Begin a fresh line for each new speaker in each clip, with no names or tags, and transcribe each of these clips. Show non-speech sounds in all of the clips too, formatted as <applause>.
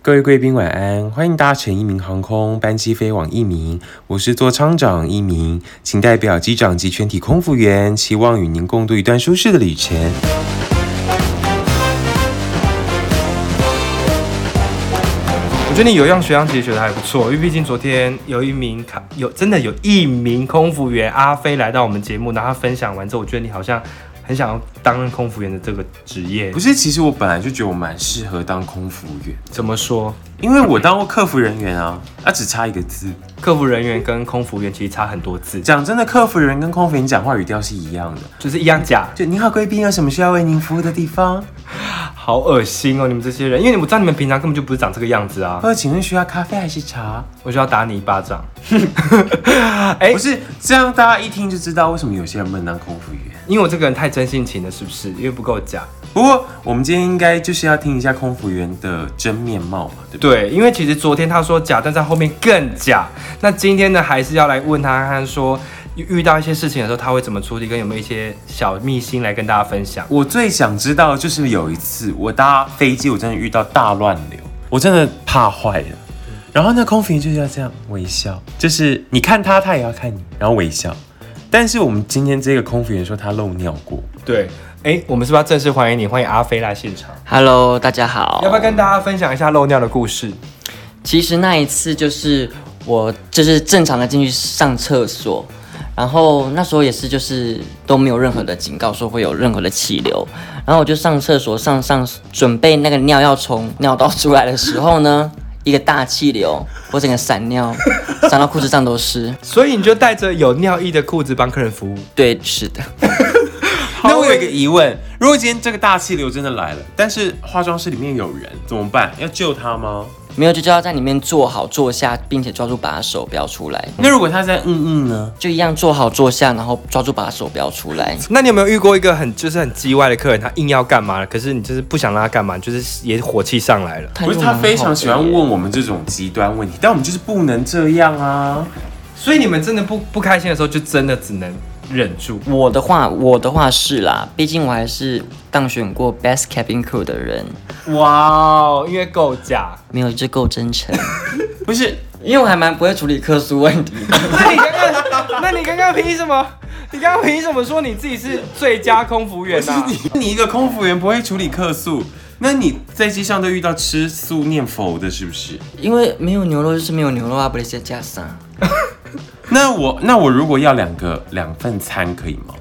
各位贵宾晚安，欢迎搭乘一名航空班机飞往一名，我是座舱长一名，请代表机长及全体空服员，期望与您共度一段舒适的旅程。
我觉得你有让学长姐觉得还不错，因为毕竟昨天有一名卡有真的有一名空服员阿飞来到我们节目，然后他分享完之后，我觉得你好像很想要担任空服员的这个职业
不，是，其实我本来就觉得我蛮适合当空服员，
怎么说？
因为我当过客服人员啊，啊，只差一个字。
客服人员跟空服员其实差很多字，
讲真的，客服人员跟空服员讲话语调是一样的。
就是一样假，
就您好，贵宾，有什么需要为您服务的地方？
好恶心哦！你们这些人，因为我知道你们平常根本就不是长这个样子啊，
或者请问需要咖啡还是茶？
我就要打你一巴掌。 <laughs> 哎、
不是这样，大家一听就知道为什么有些人不能当空服员。
因为我这个人太真性情了，是不是？因为不够假。
不过我们今天应该就是要听一下空服员的真面貌嘛，对不对？
对，因为其实昨天他说假，但在后面更假。那今天呢，还是要来问他看说，遇遇到一些事情的时候，他会怎么处理，跟有没有一些小秘辛来跟大家分享。
我最想知道就是有一次我搭飞机，我真的遇到大乱流，我真的怕坏了。然后那空服员就是要这样微笑，就是你看他，他也要看你，然后微笑。但是我们今天这个空服员说他漏尿过，
对，哎，我们是不是要正式欢迎你？欢迎阿飞来现场，
Hello，大家好。
要不要跟大家分享一下漏尿的故事？
其实那一次就是我就是正常的进去上厕所，然后那时候也是就是都没有任何的警告说会有任何的气流，然后我就上厕所上上准备那个尿要从尿道出来的时候呢， <laughs> 一个大气流，我整个闪尿，闪到裤子上都是。
所以你就带着有尿意的裤子帮客人服务。
对，是的，
那我有一个疑问：如果今天这个大气流真的来了，但是化妆室里面有人怎么办？要救他吗？
没有就叫他在里面坐好坐下，并且抓住把手不要出来，
那如果他在嗯嗯呢？
就一样坐好坐下，然后抓住把手不要出来。
那你有没有遇过一个很就是很叽歪的客人，他硬要干嘛，可是你就是不想让他干嘛，就是也火气上来了。
态
不
度
是他
蛮
非
好
常
的
喜欢
耶
问我们这种极端问题，但我们就是不能这样啊！
所以你们真的不不开心的时候，就真的只能忍住。
我的话，我的话是啦，毕竟我还是当选过 Best Cabin Crew 的人，
哇哦，因为够假。
没有这够真诚，
不是，
因为我还蛮不会处理客诉问题的。
那你刚刚， <laughs> 那你刚刚凭什么？你刚刚凭什么说你自己是最佳空服
不
员
是
呢、啊？
你， <laughs> 你一个空服员不会处理客诉，那你在机上都遇到吃素念佛的，是不是？
因为没有牛肉就是没有牛肉啊，不是加啥。
那我那我如果要两个两份餐可以吗？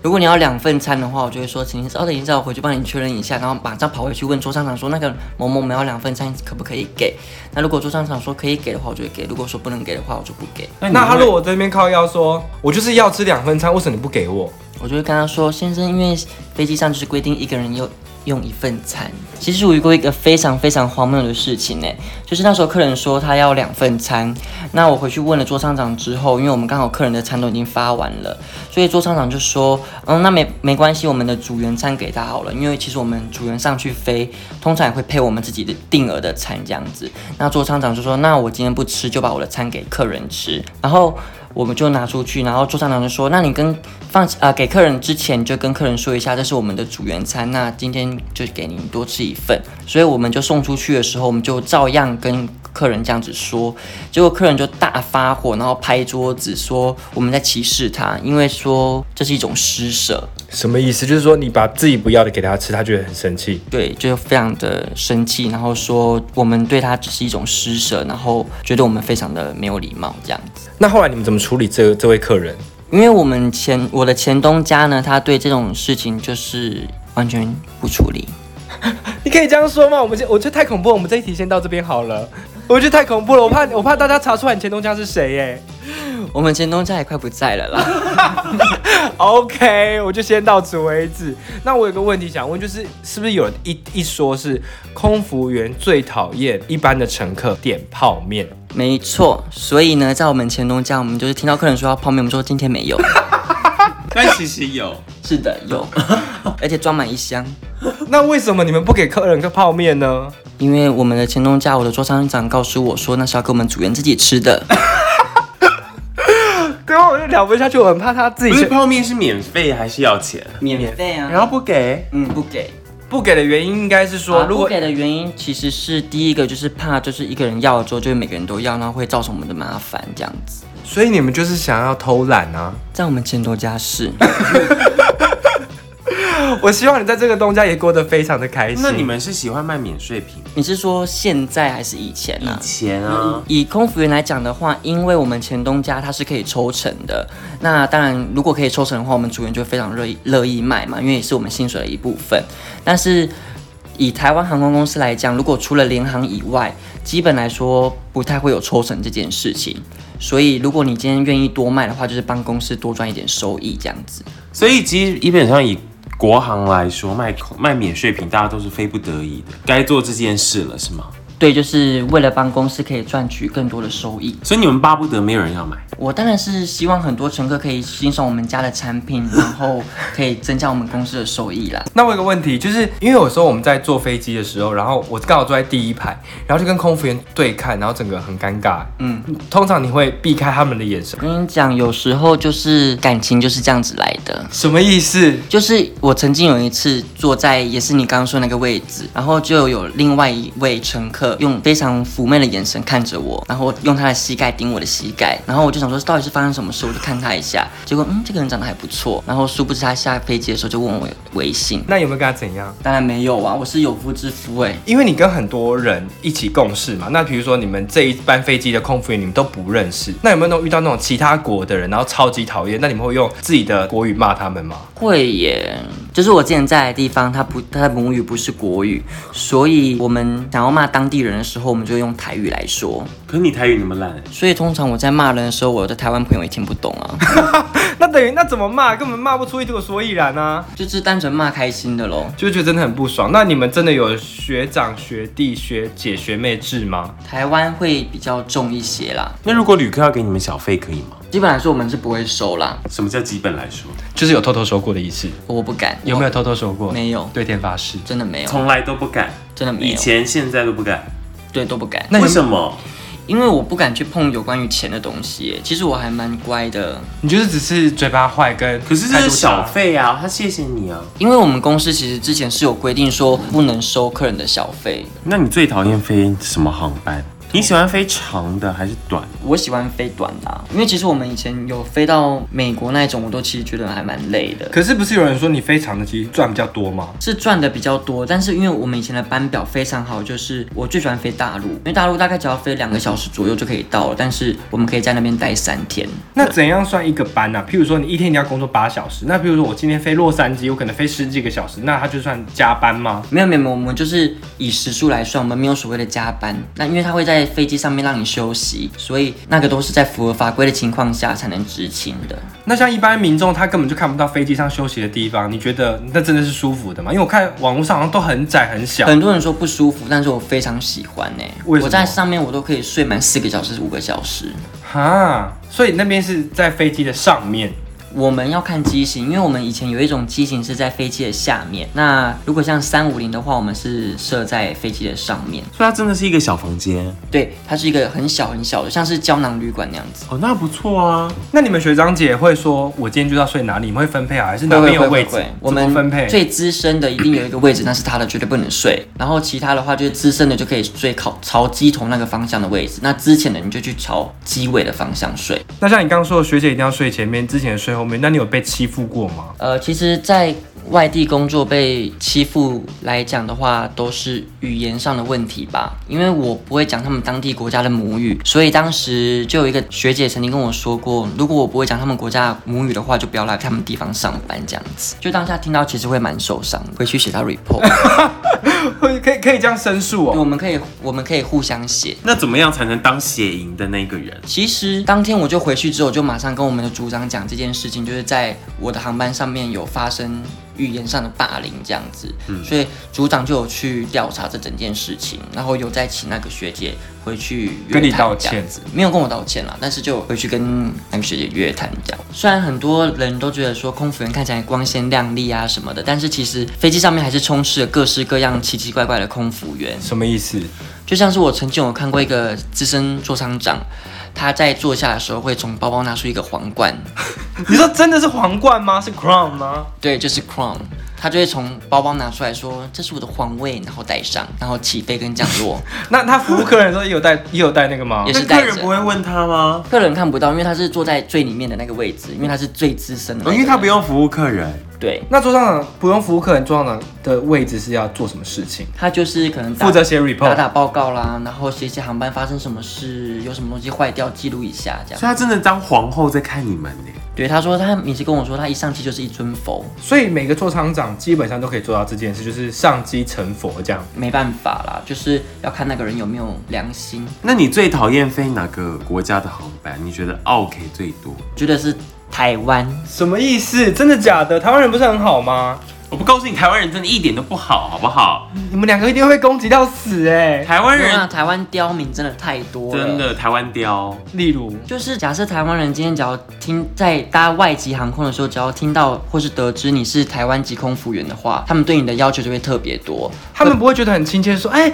如果你要两份餐的话，我就会说，请你稍等一下，我回去帮你确认一下，然后马上跑回去问桌上长说，那个某某某要两份餐，可不可以给？那如果桌上长说可以给的话，我就会给；如果说不能给的话，我就不给。
那你
那他
会
如果这边靠腰说，我就是要吃两份餐，为什么你不给我？
我就会跟他说：“先生，因为飞机上就是规定一个人用用一份餐。”其实我遇过一个非常非常荒谬的事情呢，就是那时候客人说他要两份餐，那我回去问了桌上长之后，因为我们刚好客人的餐都已经发完了，所以桌上长就说：“嗯，那没没关系，我们的组员餐给他好了，因为其实我们组员上去飞，通常也会配我们自己的定额的餐这样子。”那桌上长就说：“那我今天不吃，就把我的餐给客人吃。”然后。我们就拿出去，然后桌上长就说：“那你跟放啊、给客人之前就跟客人说一下，这是我们的主员餐，那今天就给您多吃一份。”所以我们就送出去的时候，我们就照样跟客人这样子说，结果客人就大发火，然后拍桌子说我们在歧视他，因为说这是一种施舍，
什么意思？就是说你把自己不要的给他吃，他觉得很生气。
对，就非常的生气，然后说我们对他只是一种施舍，然后觉得我们非常的没有礼貌这样子。
那后来你们怎么处理这这位客人？
因为我们前我的前东家呢，他对这种事情就是完全不处理。
你可以这样说吗？我们这我觉得太恐怖了，我们这一题先到这边好了。我觉得太恐怖了，我怕我怕大家查出来你前东家是谁耶。
我们前东家也快不在了啦。
OK，我就先到此为止。那我有个问题想问，就是是不是有人一一说是空服员最讨厌一般的乘客点泡面？
没错，所以呢，在我们前东家，我们就是听到客人说要泡面，我们说今天没 <laughs> 有。
但其实有，
是的，有， <laughs> 而且装满一箱。
那为什么你们不给客人个泡面呢？
因为我们的前东家，我的桌商长告诉我说，那是要给我们组员自己吃的。
对啊，我就聊不下去，我很怕他
<laughs>
自
不
己
是
去。
<laughs> 泡面是免费还是要钱？
<laughs> 免费啊
然后不给，
嗯，不给。
不给的原因应该是说，
啊
如
不
果
给的原因其实是第一个就是怕，就是一个人要了之后，就会每个人都要，然后会造成我们的麻烦这样子，
所以你们就是想要偷懒啊。
在我们钱多加事。
我希望你在这个东家也过得非常的开心。
那你们是喜欢卖免税品？
你是说现在还是以前呢、
以前啊，
以空服员来讲的话，因为我们前东家它是可以抽成的，那当然如果可以抽成的话，我们组员就非常乐意乐意卖嘛，因为也是我们薪水的一部分。但是以台湾航空公司来讲，如果除了联航以外，基本来说不太会有抽成这件事情。所以如果你今天愿意多卖的话，就是帮公司多赚一点收益这样子。
所以其实基本上以国航来说，卖卖免税品，大家都是非不得已的，该做这件事了，是吗？
对，就是为了帮公司可以赚取更多的收益。
所以你们巴不得没有人要买。
我当然是希望很多乘客可以欣赏我们家的产品，然后可以增加我们公司的收益啦。 <laughs>
那我有个问题，就是因为有时候我们在坐飞机的时候，然后我刚好坐在第一排，然后就跟空服员对看，然后整个很尴尬。嗯，通常你会避开他们的眼神，
跟你讲，有时候就是感情就是这样子来的。
什么意思？
就是我曾经有一次坐在也是你刚刚说那个位置，然后就有另外一位乘客用非常妩媚的眼神看着我，然后用他的膝盖顶我的膝盖，然后我就想说到底是发生什么事，我就看他一下，结果嗯这个人长得还不错，然后殊不知他下飞机的时候就问我微信，
那有没有跟他怎样？
当然没有啊，我是有夫之妇哎、
因为你跟很多人一起共事嘛，那比如说你们这一班飞机的空服员你们都不认识，那有没有那种遇到那种其他国的人，然后超级讨厌？那你们会用自己的国语骂他们吗？
会耶，就是我之前在的地方，他不，他的母语不是国语，所以我们想要骂当地人的时候，我们就用台语来说。
可是你台语那么烂，
所以通常我在骂人的时候，我的台湾朋友也听不懂啊，
<laughs>
<laughs>
那等于那怎么骂，根本骂不出一个所以然啊！
就是单纯骂开心的咯。
就觉得真的很不爽。那你们真的有学长、学弟、学姐、学妹制吗？
台湾会比较重一些啦，
那如果旅客要给你们小费可以吗？
基本来说我们是不会收啦，
什么叫基本来说？
就是有偷偷收过的意思，
我不敢。
有没有偷偷收过？
我？没有，
对天发誓。
真的没有，
从来都不敢，
真的没
以
有，
前现在都不敢。
对都不敢。
那你
为什么？
因为我不敢去碰有关于钱的东西耶。其实我还蛮乖的，
你就是只是嘴巴坏跟
可是这
态
是
度
小
差
费啊，他谢谢你啊。
因为我们公司其实之前是有规定说不能收客人的小费，
那你最讨厌飞什么航班？你喜欢飞长的还是短？
我喜欢飞短的啊、因为其实我们以前有飞到美国那一种，我都其实觉得还蛮累的，
可是不是有人说你非常的其实赚比较多吗？
是赚的比较多。但是因为我们以前的班表非常好，就是我最喜欢飞大陆，因为大陆大概只要飞两个小时左右就可以到了，但是我们可以在那边待三天。
那怎样算一个班呢、啊？譬如说你一天你要工作八小时，那譬如说我今天飞洛杉矶，我可能飞十几个小时，那它就算加班吗？
没有没有没有，我们就是以时数来算，我们没有所谓的加班。那因为它会在飞机上面让你休息，所以那个都是在符合法规的情况下才能执勤的。
那像一般民众他根本就看不到飞机上休息的地方，你觉得那真的是舒服的吗？因为我看网络上好像都很窄很小，
很多人说不舒服，但是我非常喜欢呢、
为什么
我在上面我都可以睡满四个小时、五个小时。
哈，所以那边是在飞机的上面。
我们要看机型，因为我们以前有一种机型是在飞机的下面。那如果像三五零的话，我们是设在飞机的上面。
所以它真的是一个小房间
对，它是一个很小很小的，像是胶囊旅馆那样子。
哦，那不错啊。
那你们学长姐会说，我今天就要睡哪里？你们会分配啊，还是哪边有位置？
我
怎
们
么分配？
最资深的一定有一个位置，那是他的，绝对不能睡。然后其他的话，就是资深的就可以睡靠朝机头那个方向的位置，那之前的你就去朝机尾的方向睡。
那像你刚刚说的，学姐一定要睡前面，之前睡后面，那你有被欺负过吗？
呃，其实，在外地工作被欺负来讲的话，都是语言上的问题吧。因为我不会讲他们当地国家的母语，所以当时就有一个学姐曾经跟我说过，如果我不会讲他们国家母语的话，就不要来他们地方上班这样子。就当下听到，其实会蛮受伤的，回去写到 report。
会 <laughs> 可以可以这样申诉
对
哦。
我们可以，我们可以互相写。
那怎么样才能当血营的那个人？
其实当天我就回去之后，就马上跟我们的组长讲这件事情，就是在我的航班上面有发生语言上的霸凌这样子，
嗯
所以组长就有去调查这整件事情，然后有再请那个学姐回去约
跟你
谈
道
这样
歉
子没有跟我道歉啦，但是就回去跟那个学姐约谈这样。虽然很多人都觉得说空服员看起来光鲜亮丽啊什么的，但是其实飞机上面还是充斥了各式各样奇奇怪怪的空服员。
什么意思？
就像是我曾经有看过一个资深座舱长，他在坐下的时候会从包包拿出一个皇冠，
你说真的是皇冠吗？是 crown 吗？
对，就是 crown。他就会从包包拿出来说：“这是我的皇位。”然后戴上，然后起飞跟降落。 <laughs>
那他服务客人的时候也有带也有带那个吗
也？是
那
带
客
着
人不会问他吗？
客人看不到，因为他是坐在最里面的那个位置，因为他是最资深的
哦
那个人、
因为他不用服务客人，
对，
那桌上不用服务客人，桌上的的位置是要做什么事情？
他就是可能打
负责写
打
report，
打报告啦，然后写写航班发生什么事，有什么东西坏掉记录一下这
所以他
样。
真的当皇后在看你们呢。
对，他说他每次跟我说，他一上去就是一尊佛，
所以每个座舱长基本上都可以做到这件事，就是上机成佛这样。
没办法啦，就是要看那个人有没有良心。
那你最讨厌飞哪个国家的航班？你觉得 OK 最多？
觉得是台湾，
什么意思？真的假的？台湾人不是很好吗？
我不告诉你，台湾人真的一点都不好，好不好？
你们两个一定会攻击到死哎、
台湾
那
人
台湾刁民真的太多了，
真。的台湾雕，
例如，
就是假设台湾人今天只要听在搭外籍航空的时候，只要听到或是得知你是台湾籍空服员的话，他们对你的要求就会特别多。
他们不会觉得很亲切，说哎。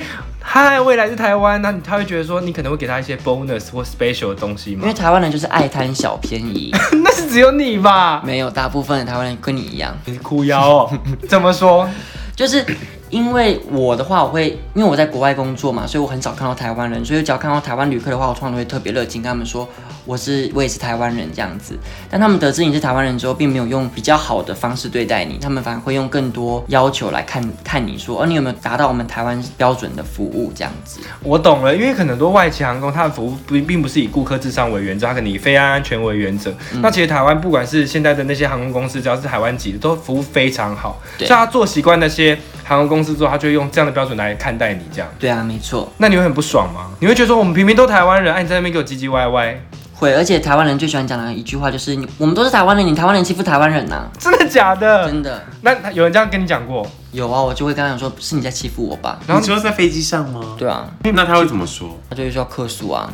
嗨，未来是台湾，那他会觉得说你可能会给他一些 bonus 或 special 的东西
因为
吗？
台湾人就是爱贪小便宜，
<laughs>
<laughs> 那是只有你吧？
没有大部分的台湾人跟你一样，
你哭腰哦？怎么说？
就是因为我的话，我会因为我在国外工作嘛，所以我很少看到台湾人，所以只要看到台湾旅客的话，我通常都会特别热情跟他们说我是我也是台湾人这样子。但他们得知你是台湾人之后，并没有用比较好的方式对待你，他们反而会用更多要求来看看你说，哦，你有没有达到我们台湾标准的服务这样子。
我懂了，因为很多外企航空，它的服务不并不是以顾客至上为原则，它可能以飞安安全为原则。那其实台湾不管是现在的那些航空公司，只要是台湾籍的，都服务非常好。所
对
以他做习惯那些航空公司之后，他就会用这样的标准来看待你这样。
对啊，没错，
那你会很不爽吗？你会觉得说我们平平都台湾人，哎、你在那边给我唧唧歪歪，
会。而且台湾人最喜欢讲的一句话就是，你我们都是台湾人，你台湾人欺负台湾人呐、
真的假的？
真的
那有人这样跟你讲过？
有啊，我就会跟他讲说，是你在欺负我吧？
然后
你说在飞机上吗？
对啊，
那他会怎么说？
他就会说要客诉啊。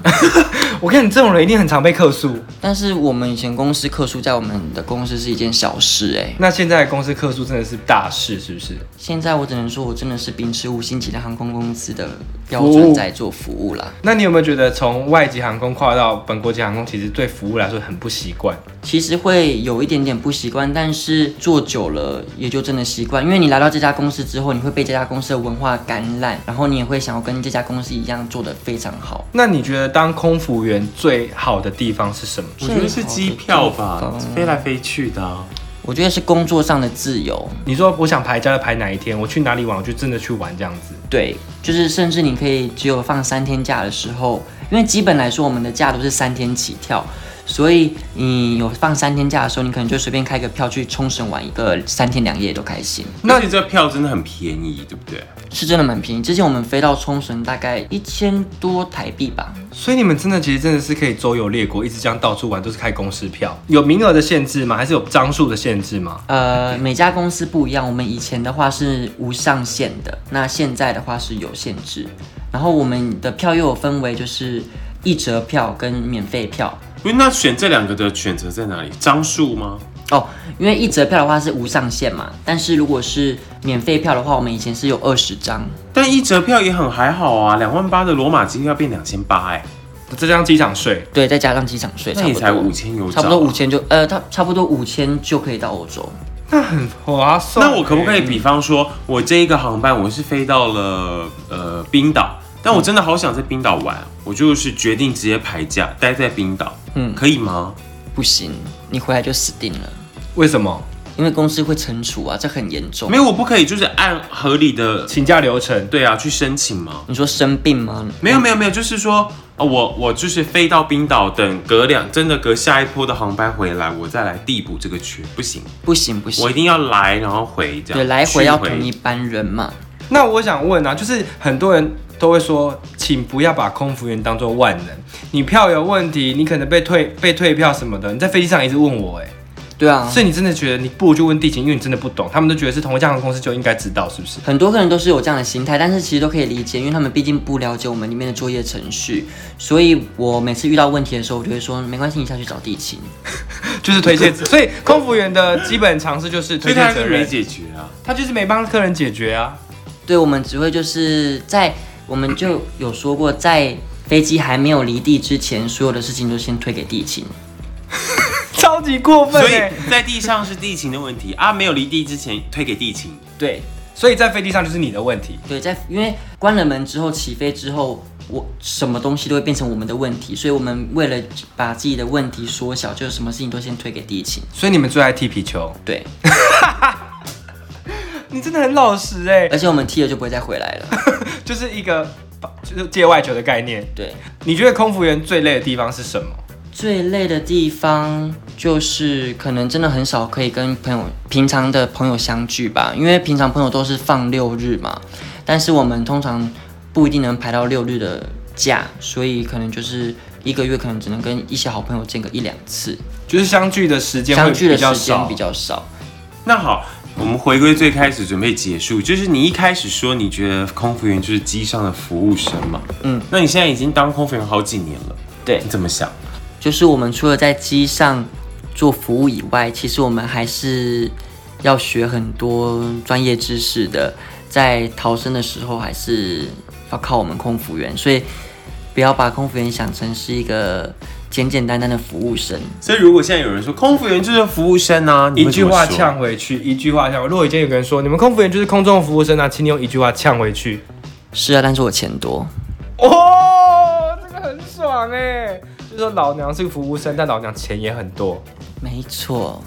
我看你这种人一定很常被客诉。
但是我们以前公司客诉在我们的公司是一件小事哎、
那现在公司客诉真的是大事，是不是？
现在我只能说我真的是秉持五星级的航空公司的标准在做服务啦。
那你有没有觉得从外籍航空跨到本国籍航空，其实对服务来说很不习惯？
其实会有一点点不习惯，但是做久了也就真的习惯。因为你来到这家公司之后，你会被这家公司的文化感染，然后你也会想要跟这家公司一样做得非常好。
那你觉得当空服员最好的地方是什么？
我觉得是机票吧，飞来飞去的啊、
我觉得是工作上的自由，
你说我想排假就排哪一天，我去哪里玩我就真的去玩这样子。
对，就是甚至你可以只有放三天假的时候，因为基本来说我们的假都是三天起跳，所以你有放三天假的时候，你可能就随便开个票去冲绳玩一个三天两夜都开心，
那你这票真的很便宜，对不对？
是真的蛮便宜。之前我们飞到冲绳大概一千多台币吧，
所以你们真的其实真的是可以周游列国，一直这样到处玩，都是开公司票，有名额的限制吗？还是有张数的限制吗？
呃，每家公司不一样。我们以前的话是无上限的，那现在的话是有限制。然后我们的票又有分为就是一折票跟免费票，
不是，那选这两个的选择在哪里？张数吗？
哦，因为一折票的话是无上限嘛，但是如果是免费票的话，我们以前是有二十张，
但一折票也很还好啊，两万八的罗马机票变两千八，哎，
这张机场税，
对，再加上机场税，
那
差
也
不
才五
多，
千有
差
找啊
不多五千就呃，它差不多五千就可以到欧洲。
那很划算。欸
那我可不可以比方说，我这一个航班我是飞到了呃冰岛，但我真的好想在冰岛玩，我就是决定直接排假待在冰岛，嗯，
嗯
可以吗？
不行，你回来就死定了，
为什么
因为公司会惩处啊，这很严重
没。有，我不可以，就是按合理的
请假流程？
对啊去申请吗？
你说生病吗？
没有没有没有，就是说啊，我我就是飞到冰岛，等隔两真的隔下一波的航班回来，我再来递补这个缺，不行，
不行不行
我一，定要来然后回这样，
对，来回要
去
同一班人嘛。
那我想问啊，就是很多人都会说，请不要把空服员当做万能。你票有问题，你可能被退被退票什么的，你在飞机上一直问我、欸，
对啊，
所以你真的觉得你不如就问地勤，因为你真的不懂，他们都觉得是同一家航空公司就应该知道，是不是？
很多个人都是有这样的心态，但是其实都可以理解，因为他们毕竟不了解我们里面的作业程序，所以我每次遇到问题的时候，我就会说没关系，你下去找地勤。
<laughs> 就是推卸责，所以空服员的基本常识就是
所
推
以他
卸
还
责
是没
任，
解决啊。
他就是没帮客人解决啊。
对，我们只会就是在我们就有说过，在飞机还没有离地之前，所有的事情都先推给地勤。
超 <laughs> 超级过分、欸。
所以在地上是地勤的问题啊，没有离地之前推给地勤。
对
所以在飞机上就是你的问题。
对，在因为关了门之后，起飞之后，我什么东西都会变成我们的问题，所以我们为了把自己的问题缩小，就是什么事情都先推给地勤。
所以你们最爱踢皮球，
对，
你真的很老实哎、
而且我们踢了就不会再回来了。
就是一个就是界外球的概念。
对，
你觉得空服员最累的地方是什么？
最累的地方就是可能真的很少可以跟朋友平常的朋友相聚吧，因为平常朋友都是放六日嘛，但是我们通常不一定能排到六日的假，所以可能就是一个月可能只能跟一些好朋友见个一两次，
就是相聚的时间会
相聚
比
的
较
时间
少，
比较少。
那好，我们回归最开始，准备结束，就是你一开始说你觉得空服员就是机上的服务生嘛，
嗯
嗯，那你现在已经当空服员好几年了，
对
你，怎么想？
就是我们除了在机上做服务以外，其实我们还是要学很多专业知识的。在逃生的时候，还是要靠我们空服员，所以不要把空服员想成是一个简简单单的服务生。
所以如果现在有人说空服员就是服务生啊，你
一
会
句
怎么
话
说
呛回去，一句话呛回去。如果已经有个人说你们空服员就是空中服务生啊，请你用一句话呛回去。
是啊，但是我钱多。
哦，这个很爽哎、就说老娘是个服务生，但老娘钱也很多。
没错，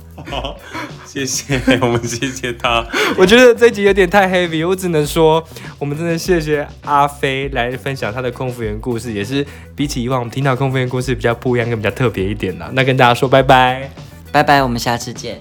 谢谢， <laughs> 我们谢谢他。
我觉得这集有点太 heavy，我只能说，我们真的谢谢阿飞来分享他的空服员故事，也是比起以往我们听到的空服员故事比较不一样，跟比较特别一点啦。那跟大家说拜拜。
拜拜，我们下次见。